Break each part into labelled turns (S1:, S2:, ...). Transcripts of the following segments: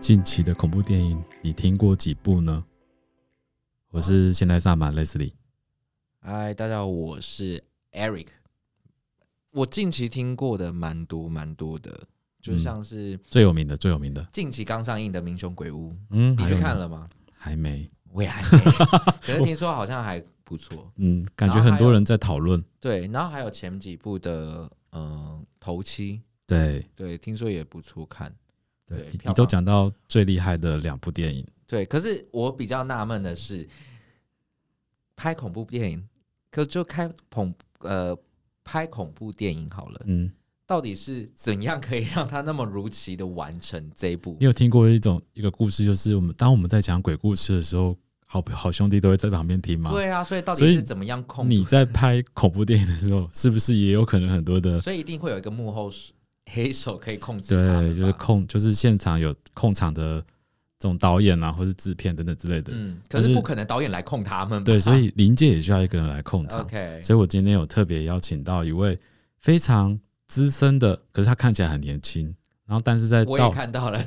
S1: 近期的恐怖电影你听过几部呢？我是现代萨满 Leslie。
S2: 嗨，大家好，我是 Eric。我近期听过的蛮多蛮多的，就
S1: 嗯
S2: 像是
S1: 最有名的，最有名的，
S2: 近期刚上映的《民雄鬼屋》，
S1: 嗯，
S2: 你
S1: 还
S2: 去
S1: 有
S2: 看
S1: 吗？
S2: 了吗？
S1: 还没，
S2: 我也还没， 可是听说好像还不错。
S1: 嗯，感觉
S2: 然后
S1: 很
S2: 还有
S1: 多人在讨论，
S2: 对，然后还有前几部的，嗯、头七，
S1: 对
S2: 对，听说也不错看。
S1: 对
S2: 对，
S1: 你
S2: 票
S1: 你都
S2: 房
S1: 讲到最厉害的两部电影，
S2: 对，可是我比较纳闷的是，拍恐怖电影，可就开恐呃拍恐怖电影好了，
S1: 嗯，
S2: 到底是怎样可以让它那么如期的完成这一部
S1: 你？有听过一种一个故事，就是我们当我们在讲鬼故事的时候，好好兄弟都会在旁边听吗？
S2: 对啊，所以到
S1: 所
S2: 底
S1: 以
S2: 是怎么样控
S1: 你
S2: 制？
S1: 在拍恐怖电影的时候，是不是也有可能很多的？
S2: 所以一定会有一个幕后手黑手可以控制它们
S1: 对，
S2: 吧
S1: 就是控，就是现场有控场的这种导演啊，或是制片等等之类的。
S2: 嗯，
S1: 可
S2: 可
S1: 是
S2: 是不可能导演来控他们吧。
S1: 对，所以临界也需要一个人来控场。
S2: OK，
S1: 所以我今天有特别邀请到一位非常资深的，可是他看起来很年轻，然后但是在
S2: 我也
S1: 道
S2: 看到了，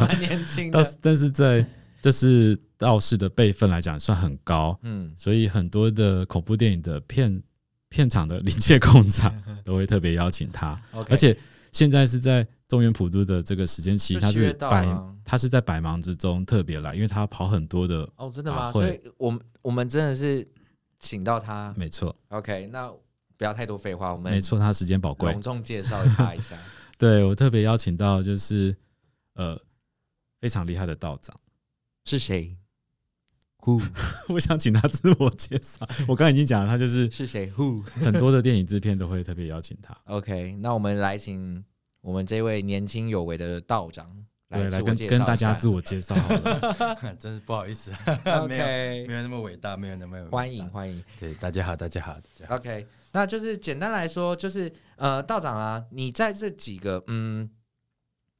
S2: 蛮年轻
S1: 道
S2: 的。
S1: 但是在就是道士的辈分来讲算很高，
S2: 嗯，
S1: 所以很多的恐怖电影的片片场的临界控场 都会特别邀请他，
S2: OK
S1: 而且现在是在中原普渡的这个时间期，
S2: 就
S1: 他是
S2: 缺到
S1: 百
S2: 啊
S1: 他是在百忙之中特别来，因为他跑很多的，
S2: 哦，真的
S1: 啊
S2: 吗？
S1: 会
S2: 所以我们我们真的是请到他。
S1: 没错
S2: OK，那不要太多废话，我们
S1: 没错，他时间宝贵
S2: 隆，重介绍他一下。
S1: 对我特别邀请到就是呃非常厉害的道长，
S2: 是谁？Who
S1: 我想请他自我介绍，我刚才已经讲了，他就是
S2: 是谁？Who
S1: 很多的电影制片都会特别邀请他，
S2: OK，那我们来请我们这位年轻有为的道长
S1: 对，来
S2: 自我
S1: 跟
S2: 介绍
S1: 跟
S2: 一
S1: 大家
S2: 下
S1: 自我介绍好了。
S3: 真是不好意思，啊没 有
S2: OK，
S3: 没有那么伟大，没有那么伟大
S2: 欢迎。欢迎。
S3: 对，大家好，大家好，大家好。
S2: OK，那就是简单来说，就是呃，道长啊，你在这几个嗯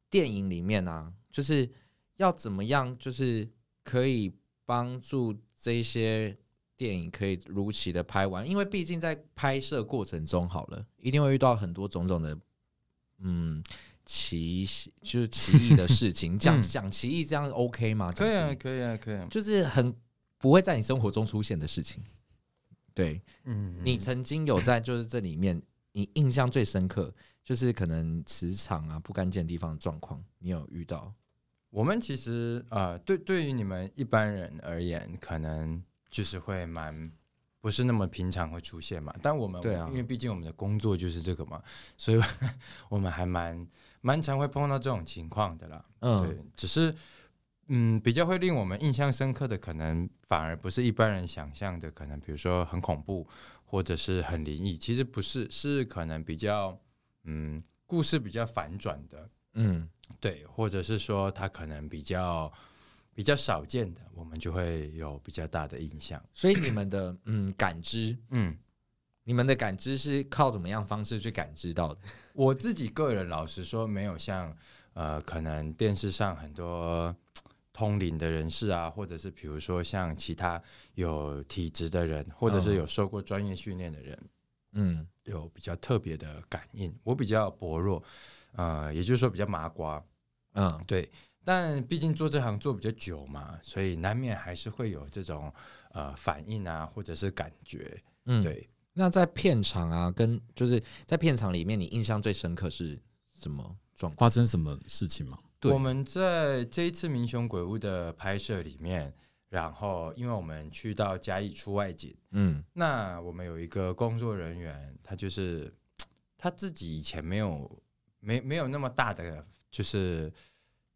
S2: 电影里面啊，就是要怎么样，就是可以帮助这些电影可以如期的拍完，因为毕竟在拍摄过程中，好了，一定会遇到很多种种的嗯奇就是奇异的事情，讲
S3: 嗯
S2: 讲奇异这样 OK 吗？讲
S3: 可以
S2: 奇
S3: 啊，
S2: 异
S3: 可以啊，可以啊。
S2: 就是很不会在你生活中出现的事情，对。
S3: 嗯，
S2: 你曾经有在就是这里面，你印象最深刻就是可能磁场啊不干净的地方的状况，你有遇到？
S3: 我们其实啊，呃对，对于你们一般人而言，可能就是会蛮不是那么平常会出现嘛。但我们
S2: 对啊
S3: 因为毕竟我们的工作就是这个嘛，所以 我们还蛮蛮常会碰到这种情况的啦。对
S2: 嗯，，
S3: 只是嗯，比较会令我们印象深刻的，可能反而不是一般人想象的，可能比如说很恐怖或者是很灵异，其实不是，是可能比较嗯，故事比较反转的，
S2: 嗯，
S3: 对，或者是说它可能比较比较少见的，我们就会有比较大的印象。
S2: 所以你们的嗯感知，
S3: 嗯，
S2: 你们的感知是靠怎么样方式去感知到的？
S3: 我自己个人老实说，没有像呃，可能电视上很多通灵的人士啊，或者是比如说像其他有体质的人，或者是有受过专业训练的人，
S2: 嗯
S3: 有比较特别的感应。我比较薄弱，呃，也就是说比较麻瓜。
S2: 嗯，
S3: 对，但毕竟做这行做比较久嘛，所以难免还是会有这种呃反应啊，或者是感觉。
S2: 嗯，
S3: 对，
S2: 那在片场啊，跟就是在片场里面，你印象最深刻是什么状况？
S1: 发生什么事情吗？
S2: 对
S3: 我们在这一次《民雄鬼屋》的拍摄里面，然后因为我们去到嘉义出外景，
S2: 嗯
S3: 那我们有一个工作人员，他就是他自己以前没有没没有那么大的就是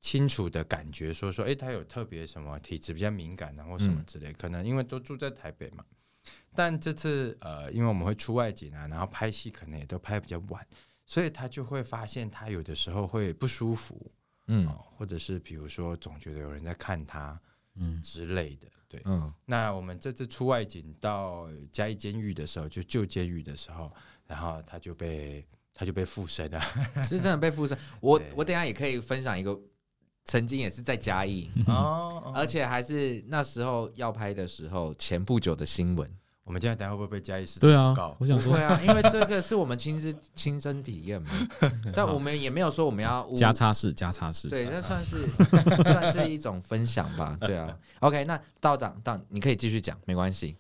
S3: 清楚的感觉，说说诶，他有特别什么体质比较敏感啊，或什么
S2: 嗯
S3: 之类，可能因为都住在台北嘛。但这次呃，因为我们会出外景啊，然后拍戏可能也都拍比较晚，所以他就会发现他有的时候会不舒服，
S2: 嗯
S3: 哦，或者是比如说总觉得有人在看他
S1: 嗯，
S3: 之类的。对，
S2: 嗯，
S3: 那我们这次出外景到嘉义监狱的时候，就旧监狱的时候，然后他就被他就被附身了。
S2: 是真的被附身。我
S3: 对
S2: 我等一下也可以分享一个，曾经也是在嘉
S1: 嗯
S2: 义，
S3: 哦
S2: 而且还是那时候要拍的时候前不久的新闻。
S3: 我们这样等下会不会被嘉义市
S1: 对
S3: 政府
S1: 啊
S3: 告，
S1: 我想
S2: 对
S1: 说
S2: 啊，因为这个是我们亲自 亲身体 验嘛，但我们也没有说我们要污
S1: 加差式，加差式，
S2: 对，那 算是算是一种分享吧，对 啊。OK，那道长，道你可以继续讲，没关系。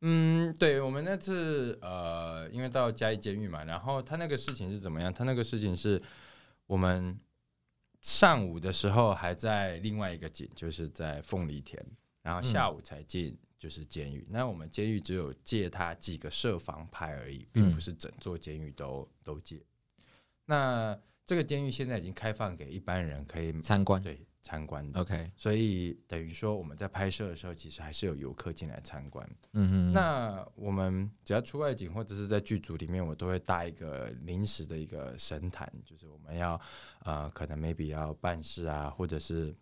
S3: 嗯，对，我们那次呃，因为到嘉义监狱嘛，然后他那个事情是怎么样？他那个事情是我们上午的时候还在另外一个井，就是在凤梨田，然后下午才进就是监狱。那我们监狱只有借他几个设防牌而已，并不是整座监狱都都借。那这个监狱现在已经开放给一般人可以
S2: 参观
S3: 对参观的，
S2: ，OK，
S3: 所以等于说我们在拍摄的时候，其实还是有游客进来参观。
S2: 嗯哼，
S3: 那我们只要出外景或者是在剧组里面，我都会搭一个临时的一个神坛，就是我们要呃，可能 maybe 要办事啊，或者是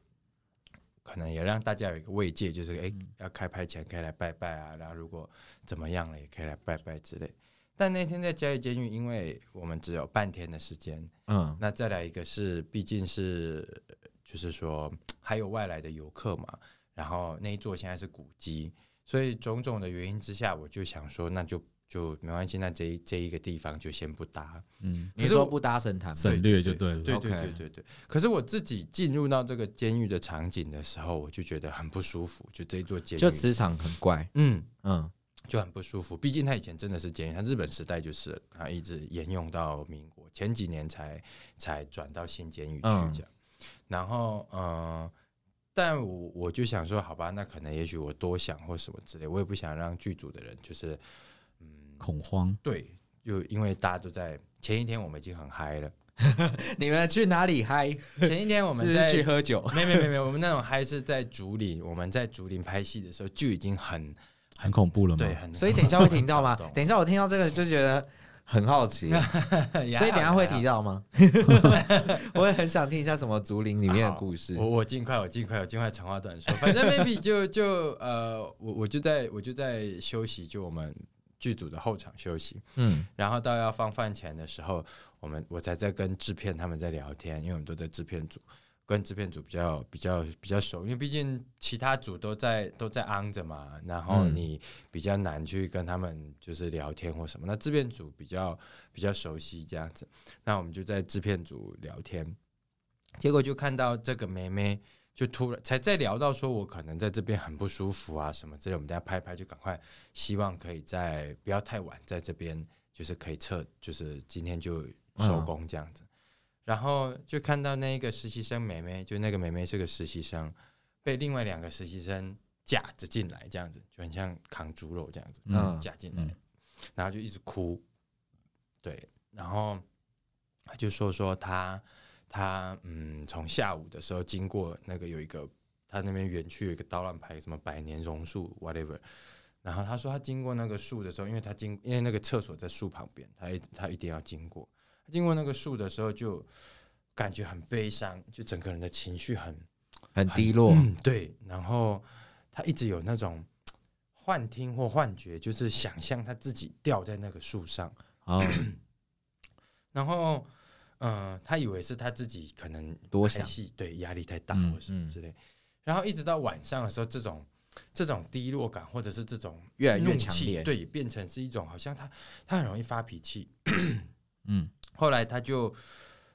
S3: 可能也让大家有一个慰藉，就是哎、诶要开拍前可以来拜拜啊，然后如果怎么样了也可以来拜拜之类。但那天在嘉义监狱，因为我们只有半天的时间，
S2: 嗯
S3: 那再来一个是，毕竟是呃就是说还有外来的游客嘛，然后那一座现在是古迹，所以种种的原因之下，我就想说，那就就没关系，那这一这一个地方就先不搭。
S1: 嗯，
S2: 你说不搭神坛吗？
S1: 省略就对了。
S3: 对
S2: OK
S3: 对对对对。可是我自己进入到这个监狱的场景的时候，我就觉得很不舒服，就这一座监狱，
S2: 就磁场很怪，
S3: 嗯，
S2: 嗯
S3: 就很不舒服。毕竟他以前真的是监狱，他日本时代就是了，然后一直沿用到民国，前几年才才转到新监狱去这
S2: 嗯
S3: 样。然后，嗯、但我我就想说，好吧，那可能也许我多想或什么之类，我也不想让剧组的人就是，嗯，
S1: 恐慌，
S3: 对，又因为大家都在前一天我们已经很 嗨了，
S2: 你们去哪里嗨？
S3: 前一天我
S2: 我
S3: 们在
S2: 去喝酒，
S3: 没没没没，我们那种嗨是在竹林，我们在竹林拍戏的时候就已经很
S1: 很恐怖了嘛。
S3: 对，很，
S2: 嗯所以等一下会听到吗
S3: 很躁？动
S2: 等一 下我听到这个就觉得很好奇， 所以等一下会提到吗？我也很想听一下什么竹林里面的故事
S3: 我。我尽快，我尽快，我尽快长话短说。反正 maybe 就就呃，我我就在我就在休息，就我们剧组的后场休息。
S2: 嗯
S3: 然后到要放饭前的时候，我们我才在跟制片他们在聊天，因为我们都在制片组，跟制片组比较比较比较熟，因为毕竟其他组都在都在昂着嘛，然后
S2: 嗯
S3: 你比较难去跟他们就是聊天或什么。那制片组比较比较熟悉这样子，那我们就在制片组聊天，结果就看到这个妹妹。就突然才在聊到说，我可能在这边很不舒服啊什么之类，我们大家拍一拍就赶快，希望可以在不要太晚在这边就是可以撤，就是今天就收工这样子。然后就看到那个实习生妹妹，就那个妹妹是个实习生，被另外两个实习生架着进来，这样子就很像扛猪肉这样子，
S2: 嗯
S3: 架进来，
S1: 嗯
S3: 然后就一直哭。对，然后他就说说他他嗯，从下午的时候经过那个有一个他那边园区有一个刀烂牌什么百年榕树 whatever，然后他说他经过那个树的时候，因为他经因为那个厕所在树旁边，他一他一定要经过。他经过那个树的时候，就感觉很悲伤，就整个人的情绪很
S2: 很低落，
S3: 嗯，对。然后他一直有那种幻听或幻觉，就是想象他自己吊在那个树上。
S2: 哦，
S3: 然后，嗯、他以为是他自己可能
S2: 多
S3: 拍
S2: 想
S3: 戏，对，压力太大
S1: 嗯
S3: 或什么
S2: 嗯
S3: 之类。然后一直到晚上的时候，这种这种低落感或者是这种
S2: 越来越
S3: 怒
S2: 强
S3: 气，
S2: 烈。
S3: 对，变成是一种好像他他很容易发脾气。
S1: 嗯，
S3: 后来他就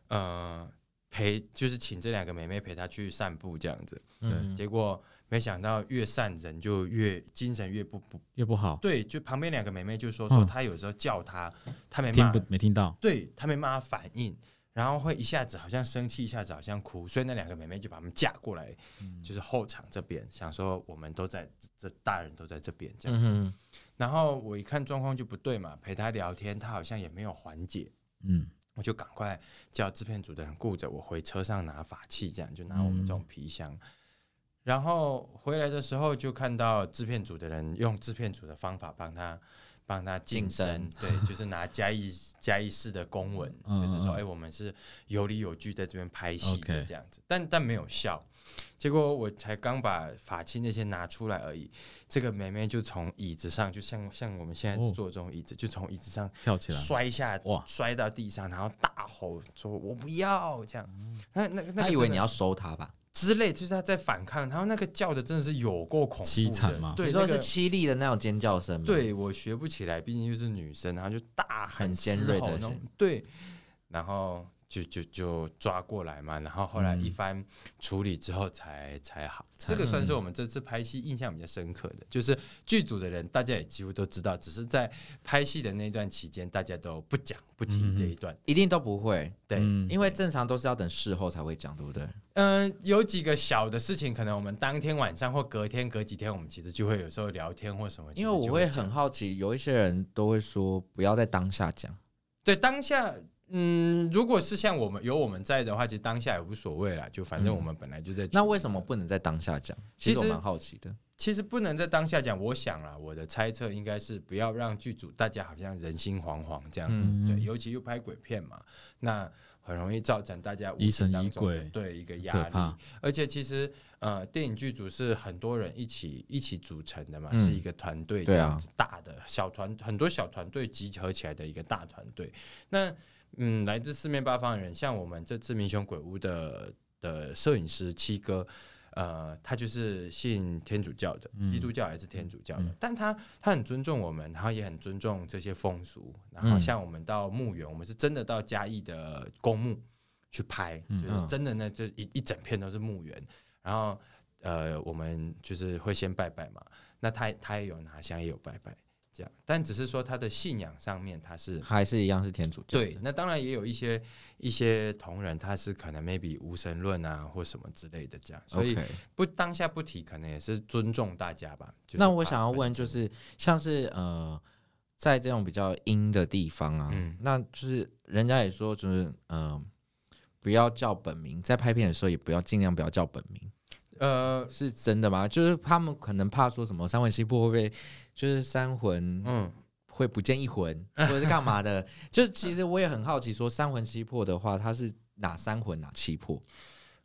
S3: 呃陪，就是请这两个妹妹陪他去散步这样子。
S2: 嗯，
S3: 结果没想到越散人就越精神越不不
S1: 越不好，
S3: 对，就旁边两个妹妹就说说
S1: 嗯
S3: 他有时候叫他，他没
S1: 听
S3: 骂
S1: 不，没听到，
S3: 对他没骂他反应。然后会一下子好像生气，一下子好像哭，所以那两个妹妹就把他们架过来，
S1: 嗯
S3: 就是后场这边，想说我们都在这大人都在这边这样
S2: 嗯
S3: 子。
S2: 哼，
S3: 然后我一看状况就不对嘛，陪他聊天，他好像也没有缓解，
S1: 嗯，
S3: 我就赶快叫制片组的人顾着我回车上拿法器，这样就拿我们这
S1: 嗯
S3: 种皮箱。然后回来的时候就看到制片组的人用制片组的方法帮他帮他晋升，对，就是拿嘉义嘉义市的公文，
S1: 嗯
S3: 就是
S1: 嗯
S3: 说，
S1: 嗯
S3: 哎、我们是有理有据在这边拍戏
S1: OK
S3: 的这样子，但但没有效。结果我才刚把法器那些拿出来而已，这个妹妹就从椅子上，就像像我们现在
S1: 哦
S3: 坐这种椅子，就从椅子上
S1: 跳起来，
S3: 摔下，
S1: 哇
S3: 哇，摔到地上，然后大吼说：“我不要！”这样，那那个那
S2: 嗯他
S3: 个
S2: 以为
S3: 真的
S2: 你要收他吧？
S3: 之类，就是他在反抗，然后那个叫的真的是有够恐怖的
S1: 凄惨吗
S3: 对，
S2: 你说
S3: 那
S2: 是
S3: 个
S2: 凄厉的那种尖叫声吗？，
S3: 对我学不起来，毕竟就是女生，然后就大喊
S2: 很尖
S3: 嘶
S2: 锐
S3: 吼
S2: 的
S3: 那种
S2: 声
S3: 对，然后就就就抓过来嘛，然后后来一
S1: 嗯
S3: 番处理之后才才好。
S1: 才
S2: 嗯
S3: 这个算是我们这次拍戏印象比较深刻的，就是剧组的人大家也几乎都知道，只是在拍戏的那段期间，大家都不讲不
S2: 嗯
S3: 提这一段。
S2: 一定都不会，
S3: 对，嗯、
S1: 嗯
S2: 因为正常都是要等事后才会讲，对不对？
S3: 有几个小的事情，可能我们当天晚上或隔天、隔几天，我们其实就会有时候聊天或什么，其
S2: 因为
S3: 实
S2: 我
S3: 就
S2: 会
S3: 讲
S2: 很好奇，有一些人都会说不要在当下讲，
S3: 对当下，嗯，如果是像我们有我们在的话，其实当下也无所谓啦，就反正
S2: 嗯
S3: 我们本来就在、
S2: 那为什么？不能在当下讲？其实
S3: 其
S2: 我
S3: 实
S2: 蛮好奇的。
S3: 其实不能在当下讲，我想啦，我的猜测应该是不要让剧组大家好像人心惶惶这样子，
S1: 嗯
S3: 对，尤其又拍鬼片嘛，那很容易造成大家无
S1: 疑
S3: 形
S1: 神
S3: 当
S1: 疑
S3: 中的
S1: 鬼
S3: 对一个
S1: 可
S3: 压力
S1: 怕。，
S3: 而且其实呃，电影剧组是很多人一起一起组成的嘛，
S2: 嗯
S3: 是一个团队这
S2: 对啊
S3: 样子大的、小团，很多小团队集合起来的一个大团队。那嗯，来自四面八方的人，像我们这次《民雄鬼屋的》的摄影师七哥。呃，他就是信天主教的，
S2: 嗯
S3: 基督教还是天主教的，但他他很尊重我们，然后也很尊重这些风俗。然后
S2: 嗯
S3: 像我们到墓园，我们是真的到嘉义的公墓去拍，
S1: 嗯
S3: 就是真的呢，就一一整片都是墓园。然后呃，我们就是会先拜拜嘛。那他他也有拿香，也有拜拜，这样。但只是说他的信仰上面他是
S2: 还是一样是天主教的，
S3: 对，那当然也有一些一些同仁，他是可能 maybe 无神论啊或什么之类的这样，所以
S2: OK
S3: 不当下不提，可能也是尊重大家吧。就是
S2: 那我
S3: 怕
S2: 想要
S3: 纷
S2: 问，就
S3: 争
S2: 是像是呃，在这种比较阴的地方啊，
S3: 嗯
S2: 那就是人家也说，就是嗯、呃不要叫本名，在拍片的时候也不要尽量不要叫本名，
S3: 呃
S2: 是真的吗？就是他们可能怕说什么三魂七魄会不会，就是三魂
S3: 嗯
S2: 会不见一魂，或者是干嘛的？ 就其实我也很好奇，说三魂七魄的话，它是哪三魂哪七魄？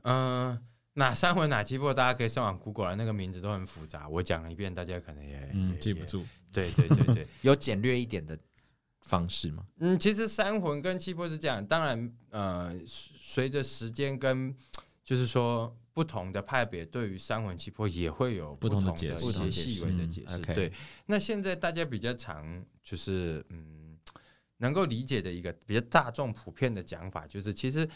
S3: 嗯。呃哪三魂哪七魄，大家可以上网 Google 啊，那个名字都很复杂。我讲了一遍，大家可能也
S1: 嗯
S3: 也，
S1: 记不
S3: 也
S1: 住，
S3: 对对对 对，
S2: 有简略一点的方式吗？
S3: 嗯，其实三魂跟七魄是这样，当然，呃，随着时间跟就是说不同的派别对于三魂七魄也会有
S1: 不
S3: 同
S1: 同的
S3: 的
S1: 解释
S2: 不
S3: 一
S2: 同
S3: 些
S2: 的解释
S3: 细微的解
S2: 嗯
S3: 释。
S2: ，OK
S3: 对，那现在大家比较常就是嗯，能够理解的一个比较大众普遍的讲法，就是其实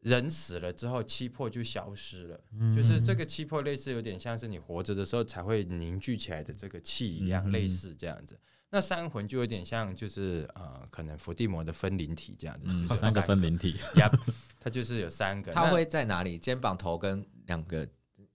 S3: 人死了之后，七魄就消失了。
S1: 嗯
S3: 就是这个气魄，类似有点像是你活着的时候才会凝聚起来的这个气一样，
S1: 嗯
S3: 类似这样子。那三魂就有点像，就是呃，可能伏地魔的分灵体这样子，
S1: 嗯
S3: 就是有
S1: 三个分灵体，
S3: 呀， 它就是有三个。
S2: 它
S3: 那
S2: 会在哪里？肩膀头跟两个，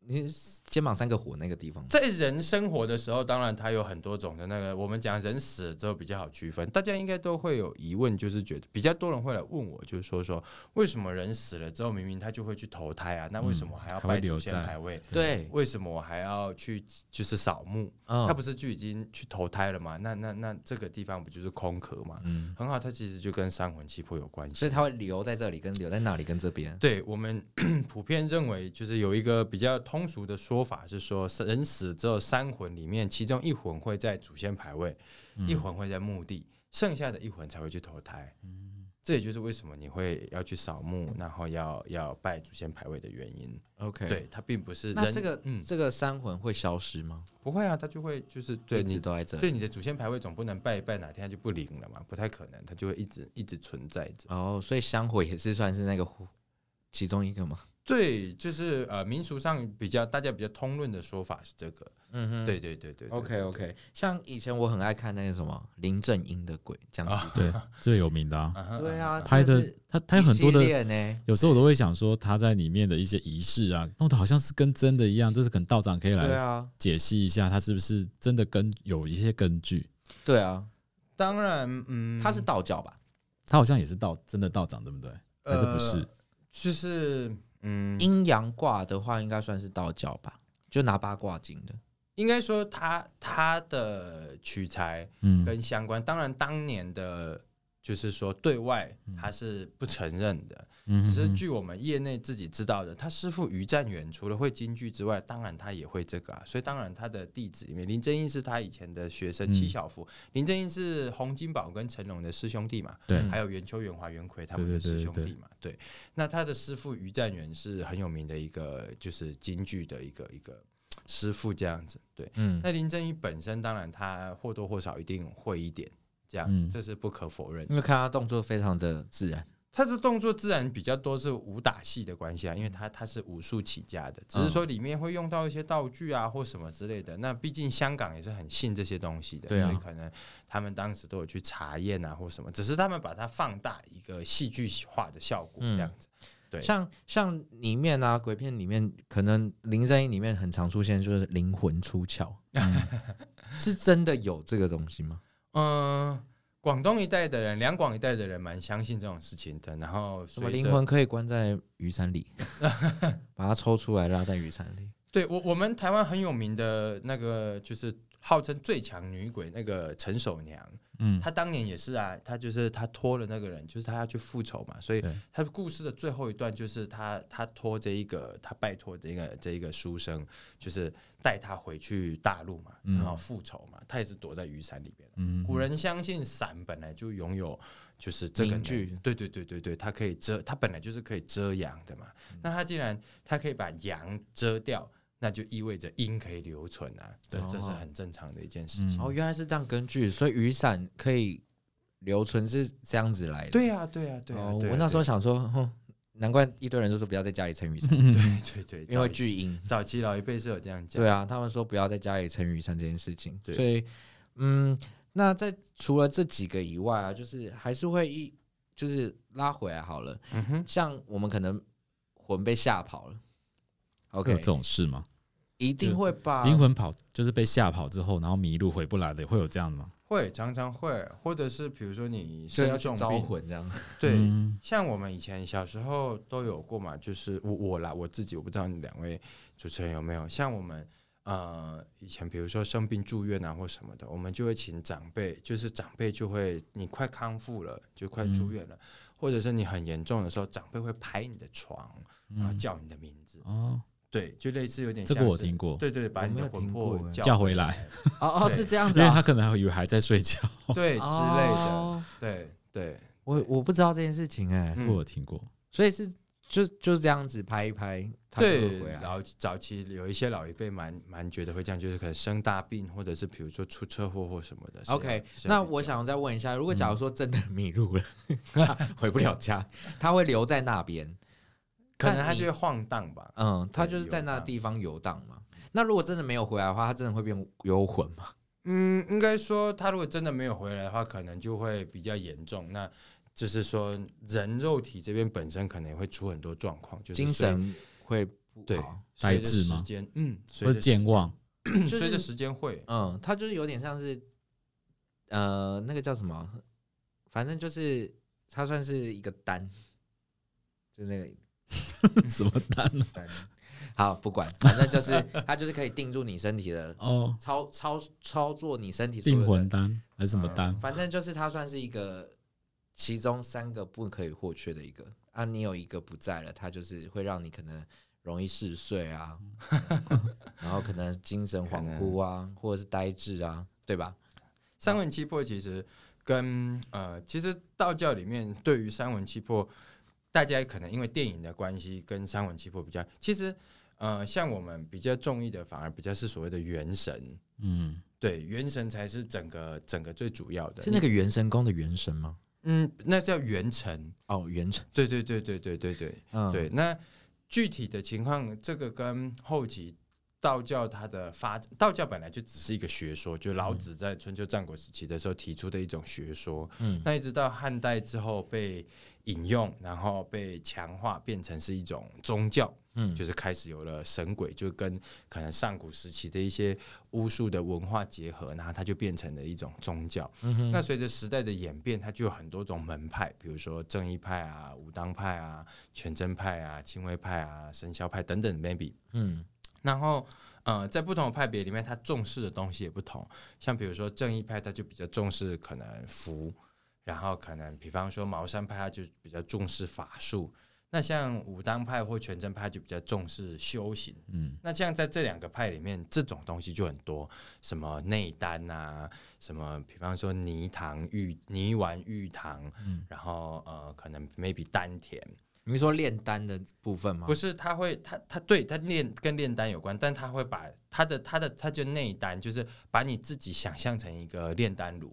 S2: 你是肩膀三个火那个地方吗？
S3: 在人生活的时候，当然它有很多种的那个，我们讲人死了之后比较好区分，大家应该都会有疑问，就是觉得比较多人会来问我，就是说说为什么人死了之后，明明他就会去投胎啊，那为什么还要
S1: 嗯还会
S3: 拜
S1: 留
S3: 祖先
S1: 在
S3: 牌位？
S2: 对，
S3: 为什么我还要去就是扫墓？
S2: 嗯
S3: 他不是就已经去投胎了吗？那那那这个地方不就是空壳吗？
S1: 嗯，
S3: 很好，它其实就跟三魂七魄有关系。
S2: 所以它会留在这里，跟留在那里，跟这边。
S3: 对我们 普遍认为，就是有一个比较通俗的说法是说，人死之后三魂里面，其中一魂会在祖先牌位，
S2: 嗯
S3: 一魂会在墓地，剩下的一魂才会去投胎。
S2: 嗯
S3: 这也就是为什么你会要去扫墓，然后要要拜祖先牌位的原因。
S2: OK，
S3: 对，，它并不是
S2: 那
S3: 人
S2: 这个
S3: 嗯
S2: 这个三魂会消失吗？
S3: 不会啊，它就会就是对
S2: 一
S3: 你
S2: 直都在这里。
S3: 对你的祖先牌位总不能拜一拜，哪天它就不灵了嘛？不太可能，它就会一直一直存在着。
S2: 哦，所以香火也是算是那个火其中一个吗？
S3: 对，就是呃，民俗上比较大家比较通论的说法是这个。
S2: 嗯哼
S3: 对对对对对
S2: OK OK，像以前我很爱看那个什么林正英的鬼僵尸
S1: 对，最有名的啊，
S3: 啊哈
S2: 对
S3: 啊
S2: 啊，
S1: 拍
S2: 真
S1: 的
S2: 是
S1: 他他有很多
S2: 一
S1: 的
S2: 系列呢，
S1: 有时候我都会想说，他在里面的一些仪式啊，弄得好像是跟真的一样，这是可能道长可以
S2: 对
S1: 来
S2: 啊，
S1: 解析一下，他是不是真的跟有一些根据？
S2: 对啊，
S3: 哈当然，嗯，
S2: 他是道教吧？
S1: 他好像也是道真的道长，对不对？还是不是
S3: 呃？就是嗯，应
S2: 阴阳卦的话，应该算是道教吧？就拿八卦经的。
S3: 应该说它它的取材
S1: 嗯，
S3: 跟相关，当然当年的就是说对外他是不承认的。
S1: 嗯
S3: 只
S1: 哼
S3: 是
S1: 哼
S3: 据我们业内自己知道的，他师傅于占元除了会京剧之外，当然他也会这个啊。所以当然他的弟子里面，林正英是他以前的学生
S1: 嗯
S3: 戚小福，林正英是洪金宝跟成龙的师兄弟嘛，
S1: 对
S3: 还有袁秋、袁华、袁奎他们
S1: 嗯对
S3: 的
S1: 对
S3: 师
S1: 对
S3: 兄
S1: 对
S3: 弟嘛，对那他的师傅于占元是很有名的一个，就是京剧的一个一个师傅这样子，对。
S2: 嗯
S3: 那林正英本身当然他或多或少一定会一点这样子，
S1: 嗯
S3: 这是不可否认的
S2: 因为看他动作非常的自然，
S3: 他的动作自然比较多是武打戏的关系啊，因为他他是武术起家的，
S2: 嗯
S3: 只是说里面会用到一些道具啊或什么之类的。那毕竟香港也是很信这些东西的，
S2: 对啊
S3: 所以可能他们当时都有去查验啊或什么，只是他们把它放大一个戏剧化的效果
S2: 嗯
S3: 这样子。对
S2: 像像里面啊，鬼片里面可能林正英里面很常出现就是灵魂出窍， 是真的有这个东西吗？
S3: 嗯、广东一带的人，两广一带的人蛮相信这种事情的。然后
S2: 什
S3: 随
S2: 么
S3: 着
S2: 灵魂可以关在雨伞里， 把它抽出来拉在雨伞里？
S3: 对我，我们台湾很有名的那个就是号称最强女鬼那个陈守娘，
S1: 嗯
S3: 她当年也是啊，她就是她拖了那个人，就是她要去复仇嘛，所以
S1: 对
S3: 她的故事的最后一段就是她她拖这一个，她拜托这个这一个书生，就是带她回去大陆嘛，
S1: 嗯
S3: 然后复仇嘛，她也是躲在雨伞里边。
S1: 嗯
S3: 古人相信伞本来就拥有就是这个
S2: 凝
S3: 能
S2: 聚
S3: 对对对对对，它可以遮，它本来就是可以遮阳的嘛。那它既然它可以把阳遮掉，那就意味着阴可以留存啊，这
S2: 哦
S3: 这是很正常的一件事
S1: 嗯
S3: 情。
S2: 哦，原来是这样根据，所以雨伞可以留存是这样子来的。
S3: 对呀对呀对呀
S2: 哦，，
S3: 对啊
S2: 我那时候
S3: 对
S2: 想说，哼，难怪一堆人都说不要在家里撑 雨伞，
S1: 嗯
S3: 啊对对
S2: 因
S3: 对，
S2: 为
S3: 早期
S2: 巨婴。
S3: 早期老一辈是有这样讲，
S2: 对啊，他们说不要在家里撑雨伞这件事情。
S3: 对
S2: 所以，嗯，那在除了这几个以外啊，就是还是会一就是拉回来好了。
S3: 嗯哼，
S2: 像我们可能魂被吓跑了
S1: 会有
S2: ，OK，
S1: 这种事吗？
S2: 一定会
S3: 啊
S2: 把
S1: 灵魂跑就是被吓跑之后，然后迷路回不来的，会有这样的吗？
S3: 会常常会，或者是比如说你
S2: 所以要
S3: 生
S2: 去
S3: 重
S2: 招
S3: 病，
S2: 魂这样。
S3: 对，
S1: 嗯
S3: 像我们以前小时候都有过嘛，就是我我啦，我自己我不知道你两位主持人有没有，像我们呃以前比如说生病住院啊或什么的，我们就会请长辈，就是长辈就会你快康复了，就快
S1: 嗯
S3: 住院了，或者是你很严重的时候，长辈会拍你的床，然后叫你的名字，
S1: 嗯哦，
S3: 对，就类似有点
S1: 这
S3: 像
S1: 个我
S3: 是
S1: 听过，
S3: 对对，把你
S2: 没
S3: 的
S2: 有
S3: 魂
S2: 听
S3: 魄
S2: 过欸
S1: 叫
S3: 叫
S1: 回来
S3: 来，
S2: 哦哦，
S3: 对
S2: 是这样
S1: 因
S2: 子
S1: 为
S2: 啊，
S1: 他可能以为还在睡觉，
S3: 对之类的，
S2: 哦
S3: 对对，
S2: 我我不知道这件事情哎、
S1: 这
S3: 嗯
S1: 个我听过。
S2: 所以是就就这样子拍一拍，他就会啊回
S3: 对，
S2: 来。
S3: 老早期有一些老一辈蛮蛮觉得会这样，就是可能生大病，或者是比如说出车祸或什么的。是啊要
S2: OK，
S3: 是嗯要
S2: 那
S3: 去
S2: 我
S3: 找
S2: 想再问一下，如果假如说真的迷路了， 回不了家，他会留在那边，
S3: 可能
S2: 但
S3: 他
S2: 你
S3: 就会晃荡吧。
S2: 嗯，他
S3: 对
S2: 就是在
S3: 游
S2: 那
S3: 荡
S2: 地方游荡嘛。那如果真的没有回来的话，他真的会变幽魂吗？
S3: 嗯，应该说他如果真的没有回来的话，可能就会比较严重。那就是说人肉体这边本身可能也会出很多状况，就是
S2: 精
S3: 随
S2: 神会不
S3: 对
S2: 好
S3: 随
S1: 呆
S3: 着
S1: 滞
S3: 时
S1: 吗
S3: 间，嗯，
S1: 或
S3: 随
S1: 者
S3: 着
S1: 健
S3: 时
S1: 忘，
S3: 间，
S2: 就是
S3: 随着时间会，
S2: 嗯，他就是有点像是，呃，那个叫什么，反正就是他算是一个单，就那个
S1: 什么蛋呢？
S2: 单。好，不管，反正 就是他就是可以定住你身体的，
S1: 哦，
S2: 操操操作你身体所有
S1: 定
S2: 的
S1: 魂丹还是什么丹？
S2: 嗯反正就是它算是一个其中三个不可以或缺的一个啊，你有一个不在了，它就是会让你可能容易嗜睡 啊，然后可能精神
S3: 可
S2: 恍
S3: 能
S2: 惚啊，或者是呆滞啊，对吧？
S3: 三魂七魄其实跟呃，其实道教里面对于三魂七魄，大家可能因为电影的关系跟三魂七魄比较，其实呃，像我们比较中意的反而比较是所谓的元神，
S1: 嗯，
S3: 对，元神才是整个整个最主要的。
S2: 是那个元神宫的元神吗？
S3: 嗯，那叫元神，
S2: 哦，元神，
S3: 对对对对对对对。
S2: 嗯，
S3: 对，那具体的情况，这个跟后期道教它的发展，道教本来就只是一个学说，就老子在春秋战国时期的时候提出的一种学说。
S2: 嗯
S3: 那一直到汉代之后被引用，然后被强化，变成是一种宗教。
S2: 嗯
S3: 就是开始有了神鬼，就跟可能上古时期的一些巫术的文化结合，然后它就变成了一种宗教。
S2: 嗯
S3: 那随着时代的演变，它就有很多种门派，比如说正义派啊、武当派啊、全真派啊、清微派啊、神霄派等等，maybe。
S2: 嗯
S3: 然后，呃，在不同的派别里面，他重视的东西也不同。像比如说正义派，他就比较重视可能福，然后可能比方说茅山派，他就比较重视法术；那像武当派或全真派就比较重视修行。
S1: 嗯，
S3: 那像在这两个派里面，这种东西就很多，什么内丹啊，什么比方说泥糖玉泥丸玉糖，
S1: 嗯
S3: 然后呃，可能 maybe 丹田，
S2: 你是说炼丹的部分吗？
S3: 不是他会他他对他炼跟炼丹有关，但他会把他的他的他就内丹，就是把你自己想象成一个炼丹炉，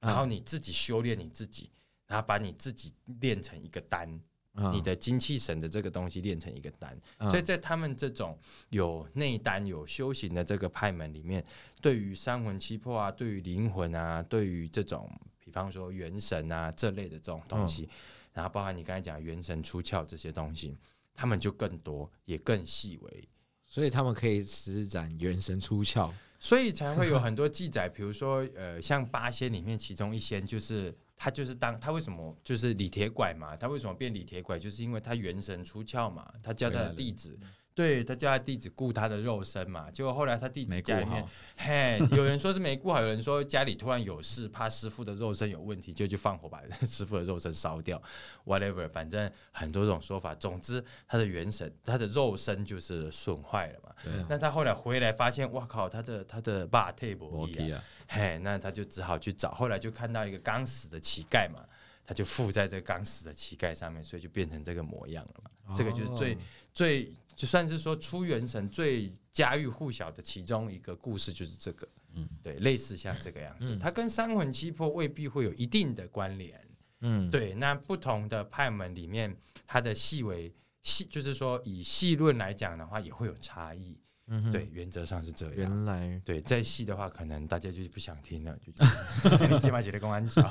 S2: 嗯
S3: 然后你自己修炼你自己，然后把你自己炼成一个丹，
S2: 嗯，
S3: 你的精气神的这个东西炼成一个丹。
S2: 嗯
S3: 所以在他们这种有内丹、有修行的这个派门里面，对于三魂七魄啊，对于灵魂啊，对于这种比方说元神啊这类的这种东西，然后包含你刚才讲元神出窍这些东西，他们就更多，也更细微。
S2: 所以他们可以施展元神出窍。
S3: 所以才会有很多记载，比如说，呃，像八仙里面，其中一仙就是他，就是当他为什么就是李铁拐嘛？他为什么变李铁拐？就是因为他元神出窍嘛，他叫他
S1: 回来
S3: 的
S1: 了
S3: 弟子，对他叫他弟子顾他的肉身嘛。结果后来他弟子
S1: 没顾
S3: 家里面
S1: 好，，
S3: 嘿，有人说是没顾好，有人说家里突然有事，怕师傅的肉身有问题，就去放火把师傅的肉身烧掉，whatever，反正很多种说法。总之，他的元神，他的肉身就是损坏了嘛。
S1: 对啊，
S3: 那他后来回来发现，哇靠，他的他的爸 t a
S1: 我
S3: b
S1: 提啊，
S3: 啊，嘿，那他就只好去找，后来就看到一个刚死的乞丐嘛，他就附在这个刚死的乞丐上面，所以就变成这个模样了嘛。这个就是最最就算是说出元神最家喻户晓的其中一个故事，就是这个，
S1: 嗯
S3: 对，类似像这个样子，
S2: 嗯
S3: 它跟三魂七魄未必会有一定的关联，
S2: 嗯，
S3: 对，那不同的派门里面，它的细微细，就是说以细论来讲的话，也会有差异。
S2: 嗯哼
S3: 对，，原则上是这样。
S2: 啊原来
S3: 对，再细的话，可能大家就 不想听 了，就你起码写的公安桥。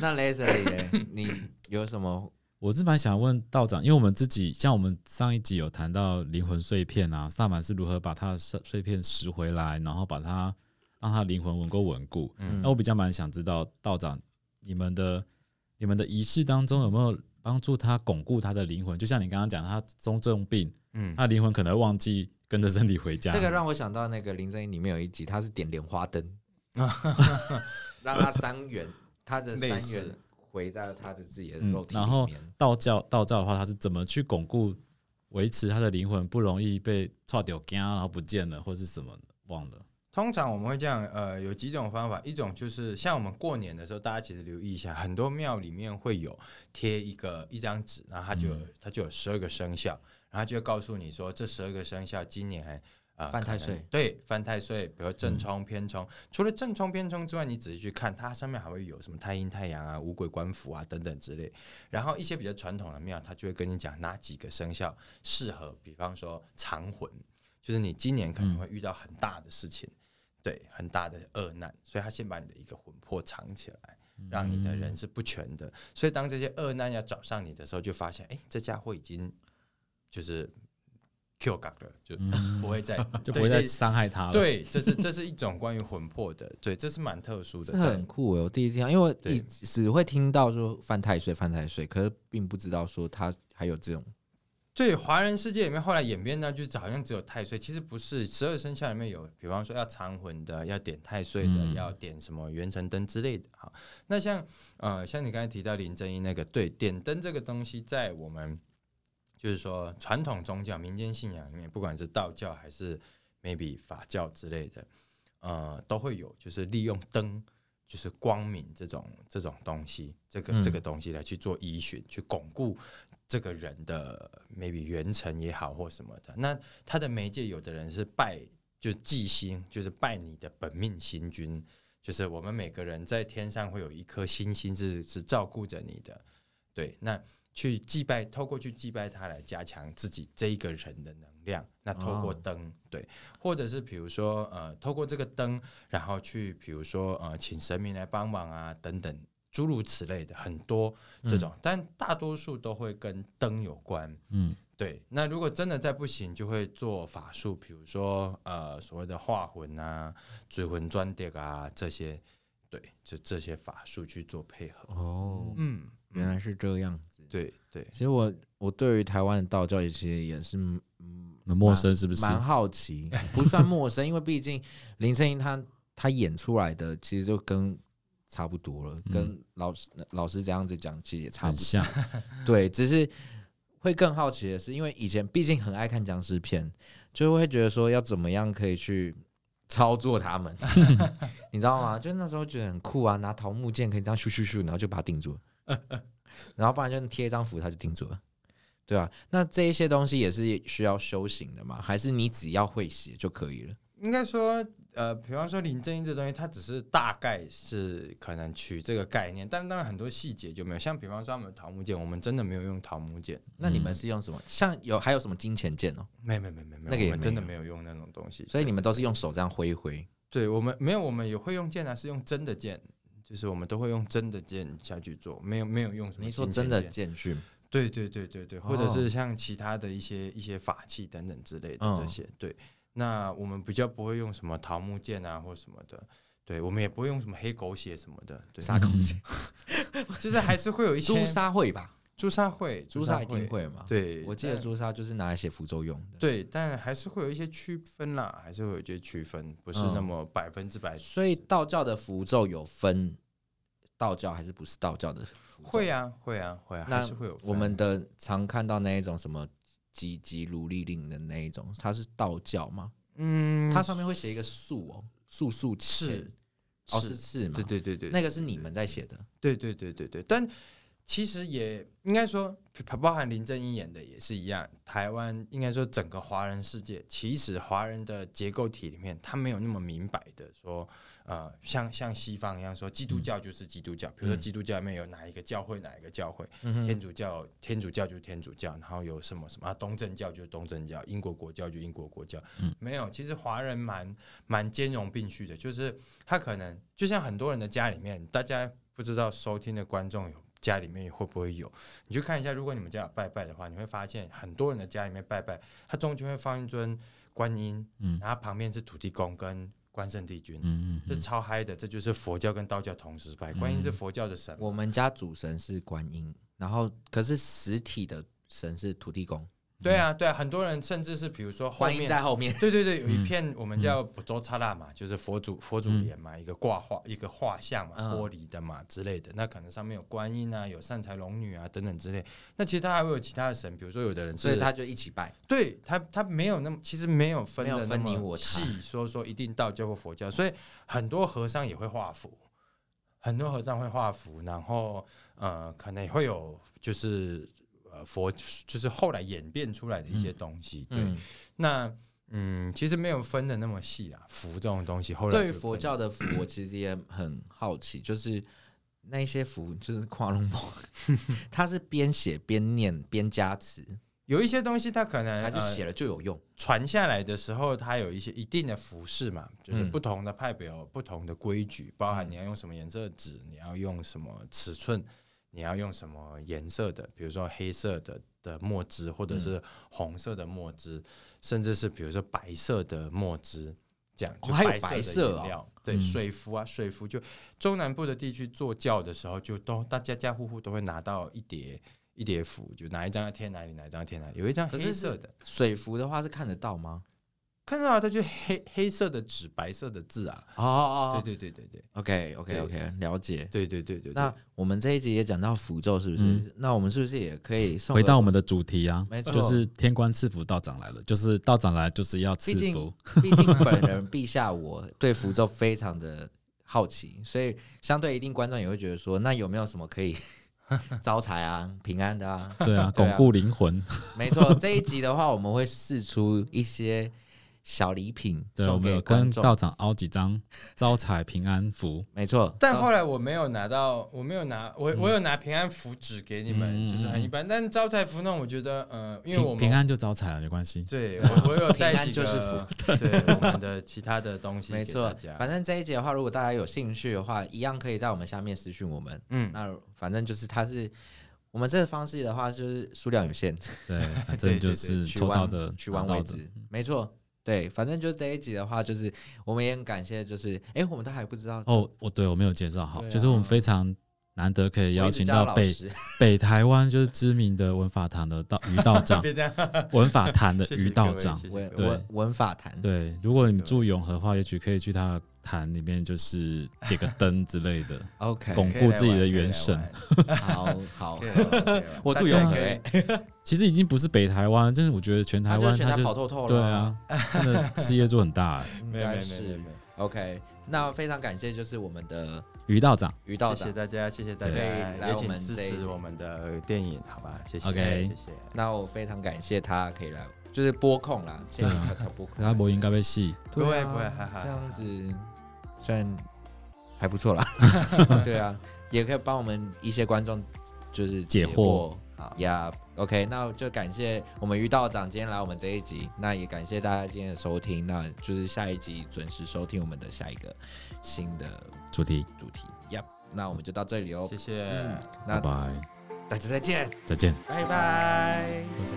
S2: 那 Leslie 嘞你有什么？
S1: 我是蛮想问道长，因为我们自己像我们上一集有谈到灵魂碎片啊，萨满是如何把它的碎碎片拾回来，然后把它让它灵魂稳够稳固。
S3: 嗯
S1: 那我比较蛮想知道道长，你们的你们的仪式当中有没有帮助他巩固他的灵魂？就像你刚刚讲，他中重病，
S3: 嗯，
S1: 他灵魂可能会忘记跟着身体回家。
S2: 这个让我想到那个林正英里面有一集，他是点莲花灯，让他三元，他的三
S3: 类
S2: 元
S3: 似
S2: 回到他的自己的
S1: 嗯
S2: 肉体
S1: 然
S2: 里
S1: 后
S2: 面。
S1: 道教道教的话，他是怎么去巩固维持他的灵魂不容易被错掉干，然后不见了或是什么忘了？
S3: 通常我们会这样，呃，有几种方法，一种就是像我们过年的时候，大家其实留意一下，很多庙里面会有贴一个一张纸，然后它就
S2: 嗯
S3: 有、它就有十二个生肖，然后它就会告诉你说这十二个生肖今年呃
S2: 犯太岁，
S3: 可能对犯太岁，比如正冲、偏冲，除了正冲、偏冲之外，你仔细去看，它上面还会有什么太阴、太阳啊、五鬼官符啊等等之类。然后一些比较传统的庙，它就会跟你讲哪几个生肖适合，比方说长魂，就是你今年可
S2: 嗯
S3: 能会遇到很大的事情，对，很大的厄难，所以他先把你的一个魂魄藏起来，让你的人是不全的。所以当这些厄难要找上你的时候，就发现，哎，这家伙已经就是 Q 港了，就不会再、
S1: 就不会再
S3: 对
S1: 伤害他了。，
S3: 对，这是这是一种关于魂魄的，对，这是蛮特殊的
S2: 这。很酷哦诶，我第一次听到，因为我一
S3: 对
S2: 直只会听到说犯太岁、犯太岁，可是并不知道说他还有这种
S3: 对华人世界里面，后来演变到就是好像只有太岁，其实不是。十二生肖里面有，比方说要长魂的，要点太岁的，
S1: 嗯
S3: 要点什么元辰灯之类的。哈，那像呃，像你刚才提到林正英那个，对，点灯这个东西，在我们就是说传统宗教、民间信仰里面，不管是道教还是 maybe 法教之类的，呃，都会有，就是利用灯。就是光明这种这种东西，这个、
S2: 嗯
S3: 这个东西来去做依循，去巩固这个人的 maybe 元辰也好或什么的。那他的媒介，有的人是拜就祭星，就是拜你的本命星君，就是我们每个人在天上会有一颗星星是是照顾着你的，对，那。去祭拜，透过去祭拜他来加强自己这一个人的能量。那透过
S2: 哦
S3: 灯，对，或者是比如说呃，透过这个灯，然后去比如说呃，请神明来帮忙啊，等等，诸如此类的很多这种，但大多数都会跟灯有关。
S1: 嗯，
S3: 对，那如果真的再不行，就会做法术，比如说呃所谓的化魂啊、追魂转碟啊这些，对，就这些法术去做配合。
S2: 哦，
S3: 嗯，
S2: 原来是这样。
S3: 对对，
S2: 其实我我对于台湾的道教也其实也是嗯
S1: 那陌生是不是？
S2: 蛮好奇，不算陌生，因为毕竟林正英他他演出来的其实就跟差不多了，
S1: 嗯
S2: 跟老师老师这样子讲，其实也差
S1: 很
S2: 不多。
S1: 像，
S2: 对，只是会更好奇的是，因为以前毕竟很爱看僵尸片，就会觉得说要怎么样可以去操作他们，你知道吗？就那时候觉得很酷啊，拿桃木剑可以这样咻咻咻，然后就把它定住了，然后不然就贴一张符，它就定住了。对啊，那这一些东西也是需要修行的嘛？还是你只要会写就可以了？
S3: 应该说，呃，比方说林正英这东西，它只是大概是可能取这个概念，但当然很多细节就没有。像比方说他们的桃木剑，我们真的没有用桃木剑，
S2: 那你们是用什么？像有还有什么金钱剑哦？
S3: 没有没有没有没有，
S2: 那个也
S3: 我们真的
S2: 没
S3: 没有用那种东西。
S2: 所以你们都是用手这样挥一挥，
S3: 对我们没有，我们也会用剑啊，是用真的剑，就是我们都会用真的剑下去做，没有没有用什么。
S2: 你说真的？剑训？
S3: 对对对对对，或者
S2: 哦
S3: 是像其他的一些一些法器等等之类
S2: 嗯
S3: 的这些，对。那我们比较不会用什么桃木剑啊或什么的，对我们也不会用什么黑狗血什么的，对。
S2: 啥东 西？
S3: 就是还是会有一 些
S2: 朱砂嗯会吧？
S3: 朱砂会，
S2: 朱砂一定。会嘛？，
S3: 对，
S2: 我记得
S3: 但
S2: 朱砂就是拿来写符咒用的。，
S3: 对，但还是会有一些区分啦，还是会有一些区分，不是
S2: 嗯
S3: 那么百分之百。
S2: 所以道教的符咒有分道教还是不是道教的符咒？
S3: 会啊，会啊，会啊，
S2: 那
S3: 还是会有分。
S2: 我们的常看到那一种什么急急如律令的那一种，它是道教吗？
S3: 嗯，
S2: 它上面会写一个素哦，素素
S3: 是
S2: 赤，哦是赤嘛？
S3: 对对对对，
S2: 那个是你们在写的
S3: 对对对对对，但其实也应该说，包含林正英演的也是一样。台湾应该说整个华人世界，其实华人的结构体里面，他没有那么明白的说，呃，像像西方一样说，基督教就是基督教，比如说
S2: 嗯
S3: 基督教里面有哪一个教会，哪一个教会，
S2: 嗯
S3: 天主教天主教就是天主教，然后有什么什么、啊、东正教就是东正教，英国国教就英国国教，没有。其实华人蛮蛮兼容并蓄的，就是他可能就像很多人的家里面，大家不知道收听的观众有家里面会不会有，你去看一下，如果你们家有拜拜的话，你会发现很多人的家里面拜拜，他中间会放一尊观音，
S1: 嗯
S3: 然后旁边是土地公跟关圣帝君。
S1: 嗯，嗯
S3: 这超嗨的，这就是佛教跟道教同时拜。观音是佛教的神嘛，
S2: 嗯我们家主神是观音，然后可是实体的神是土地公，
S3: 对啊，对啊，很多人甚至是比如说后
S2: 观音
S3: 面
S2: 在嗯后面。
S3: 对对对，有一片我们叫不周刹那嘛，就是佛祖佛祖脸嘛，一个挂画一个画像嘛，
S2: 嗯
S3: 玻璃的嘛之类的。那可能上面有观音啊，有善财童女啊等等之类。那其实他还会有其他的神，比如说有的人是，
S2: 所以他就一起拜，
S3: 对他他没有那么其实没有分
S2: 没
S3: 的
S2: 有
S3: 那
S2: 分你
S3: 么
S2: 我他
S3: 细，说说一定道教或佛教，所以很多和尚也会画符。很多和尚会画符，然后呃，可能也会有就是呃佛，就是后来演变出来的一些东西。对，
S2: 嗯，
S3: 那嗯，其实没有分的那么细啊，符这种东西，后来
S2: 对于
S3: 就分
S2: 佛教的符，我其实也很好奇，就是那一些符，就是跨龙梦，它是边写边念边加持，
S3: 有一些东西，它可能
S2: 还是
S3: 呃
S2: 写了就有用？
S3: 传下来的时候，它有一些一定的服饰嘛，就是
S2: 嗯
S3: 不同的派别有不同的规矩，包含你要用什么颜色的纸，你要用什么尺寸，你要用什么颜色的，比如说黑色的的墨汁，或者
S2: 嗯
S3: 是红色的墨汁，甚至是比如说白色的墨汁。这样，
S2: 哦
S3: 就
S2: 还有白
S3: 白
S2: 色
S3: 色
S2: 哦
S3: 的饮料，对，
S1: 嗯
S3: 水服啊，水服就中南部的地区做教的时候，就都大家家户户都会拿到一叠一叠符，就哪一张要贴哪里，哪一张要贴哪里，有一张
S2: 可是
S3: 黑
S2: 是
S3: 色的，
S2: 水符的话是看得到吗？
S3: 看到它就是黑黑色的纸，白色的字啊。
S2: 哦哦
S3: 对对对对对
S2: ，OK OK OK，了解。
S3: 对对对对。
S2: 那我们这一集也讲到符咒，是不是？
S1: 嗯
S2: 那我们是不是也可以送
S1: 回
S2: 个
S1: 到我们的主题啊
S2: 没，错
S1: 就是天官赐福，道长来了，就是道长来就是要赐
S2: 毕竟
S1: 福，
S2: 毕竟本人陛下我对符咒非常的好奇，所以相对一定观众也会觉得说，那有没有什么可以 招财啊、平安的啊？
S1: 对啊，
S2: 对啊
S1: 巩固灵魂，
S2: 没错，这一集的话，我们会试出一些小礼品
S1: 对，我
S2: 送
S1: 们
S2: 给
S1: 有跟
S2: 观众。
S1: 道长凹几张招财平安符，
S2: 没错，
S3: 但后来我没有拿到，我没有拿，我我有拿平安符纸给你们，
S1: 嗯
S3: 就是很一般。但招财符呢，我觉得，呃，因为我
S1: 平
S3: 们
S1: 平安就招财了，没关系。
S3: 对我我有
S2: 平
S3: 带
S2: 安
S3: 几
S2: 就是
S3: 个， 对我们的其他的东西
S2: 没
S3: 给大
S2: 错
S3: 家。，
S2: 反正这一集的话，如果大家有兴趣的话，一样可以在我们下面私讯我们。
S3: 嗯，
S2: 那反正就是它是我们这个方式的话，就是数量有限，
S1: 对，反正
S3: 对对对
S1: 就是
S2: 去
S1: 抽到
S2: 玩
S1: 的
S2: 去
S1: 拿
S2: 玩
S1: 到
S2: 为
S1: 的嗯
S2: 止。没错，对，反正就这一集的话，就是我们也很感谢，就是哎，我们都还不知道
S1: 哦哦，我对我没有介绍好，
S3: 对啊
S1: 就是我们非常难得可以邀请
S2: 我一直叫
S1: 到
S2: 他老
S1: 北
S2: 师
S1: 北台湾就是知名的文法堂的道于 道长，
S3: 别这样，
S1: 文法坛的
S3: 谢谢
S1: 于
S3: 各
S1: 道
S3: 位
S1: 长。
S3: 谢谢
S2: 文
S3: 各位
S2: 文文法坛，
S1: 对，如果你
S3: 谢谢
S1: 住永和的话，也许可以去他的坛里面，就是点个灯之类的。
S2: ，OK，
S1: 巩
S3: 可以
S1: 固
S3: 来
S1: 自己
S3: 玩
S1: 的
S3: 可以
S1: 元
S3: 来
S1: 神
S3: 玩
S2: 好 好
S3: 可以，
S1: 啊
S3: 来玩可以来玩
S2: 我
S3: 大
S2: 住
S3: 家
S2: 永
S3: 可
S2: 和
S3: 以
S2: 欸
S1: 其实已经不是北台湾，真的，我觉得全台
S2: 他
S1: 湾
S2: 就全
S1: 他
S2: 台
S1: 就
S2: 跑透透了，
S1: 对，啊，真的事业做很大、欸。
S2: 应
S3: 没有没
S2: 该
S3: 有没有没有
S2: 是
S3: 没有，
S2: OK。那非常感谢，就是我们的
S1: 于道 长，
S2: 于道
S3: 谢
S2: 长
S3: 谢。大家，谢谢大家，
S1: 对
S2: 来
S3: 也
S2: 我
S3: 请
S2: 们
S3: 支
S2: 这一集
S3: 持我们的电影，好吧？谢谢
S1: OK
S3: 谢谢。
S2: 那我非常感谢他可以来，就是播控啦，建议
S1: 对啊
S2: 他他播控，
S1: 他不应该被戏。
S2: 对啊
S3: 不会不会哈哈
S2: 这样子虽然还不错啦，对啊，也可以帮我们一些观众就是
S1: 解惑
S2: 惑。
S3: 好，
S2: 呀、yeah,，OK，那就感谢我们于道长今天来我们这一集，那也感谢大家今天的收听，那就是下一集准时收听我们的下一个新的
S1: 主题，
S2: 主题。Yep，那我们就到这里哦
S3: 谢，谢。
S2: 嗯
S1: 拜
S2: 那
S1: 拜，
S2: 大家再见，
S1: 再见。
S2: 啊拜拜。
S1: 多谢。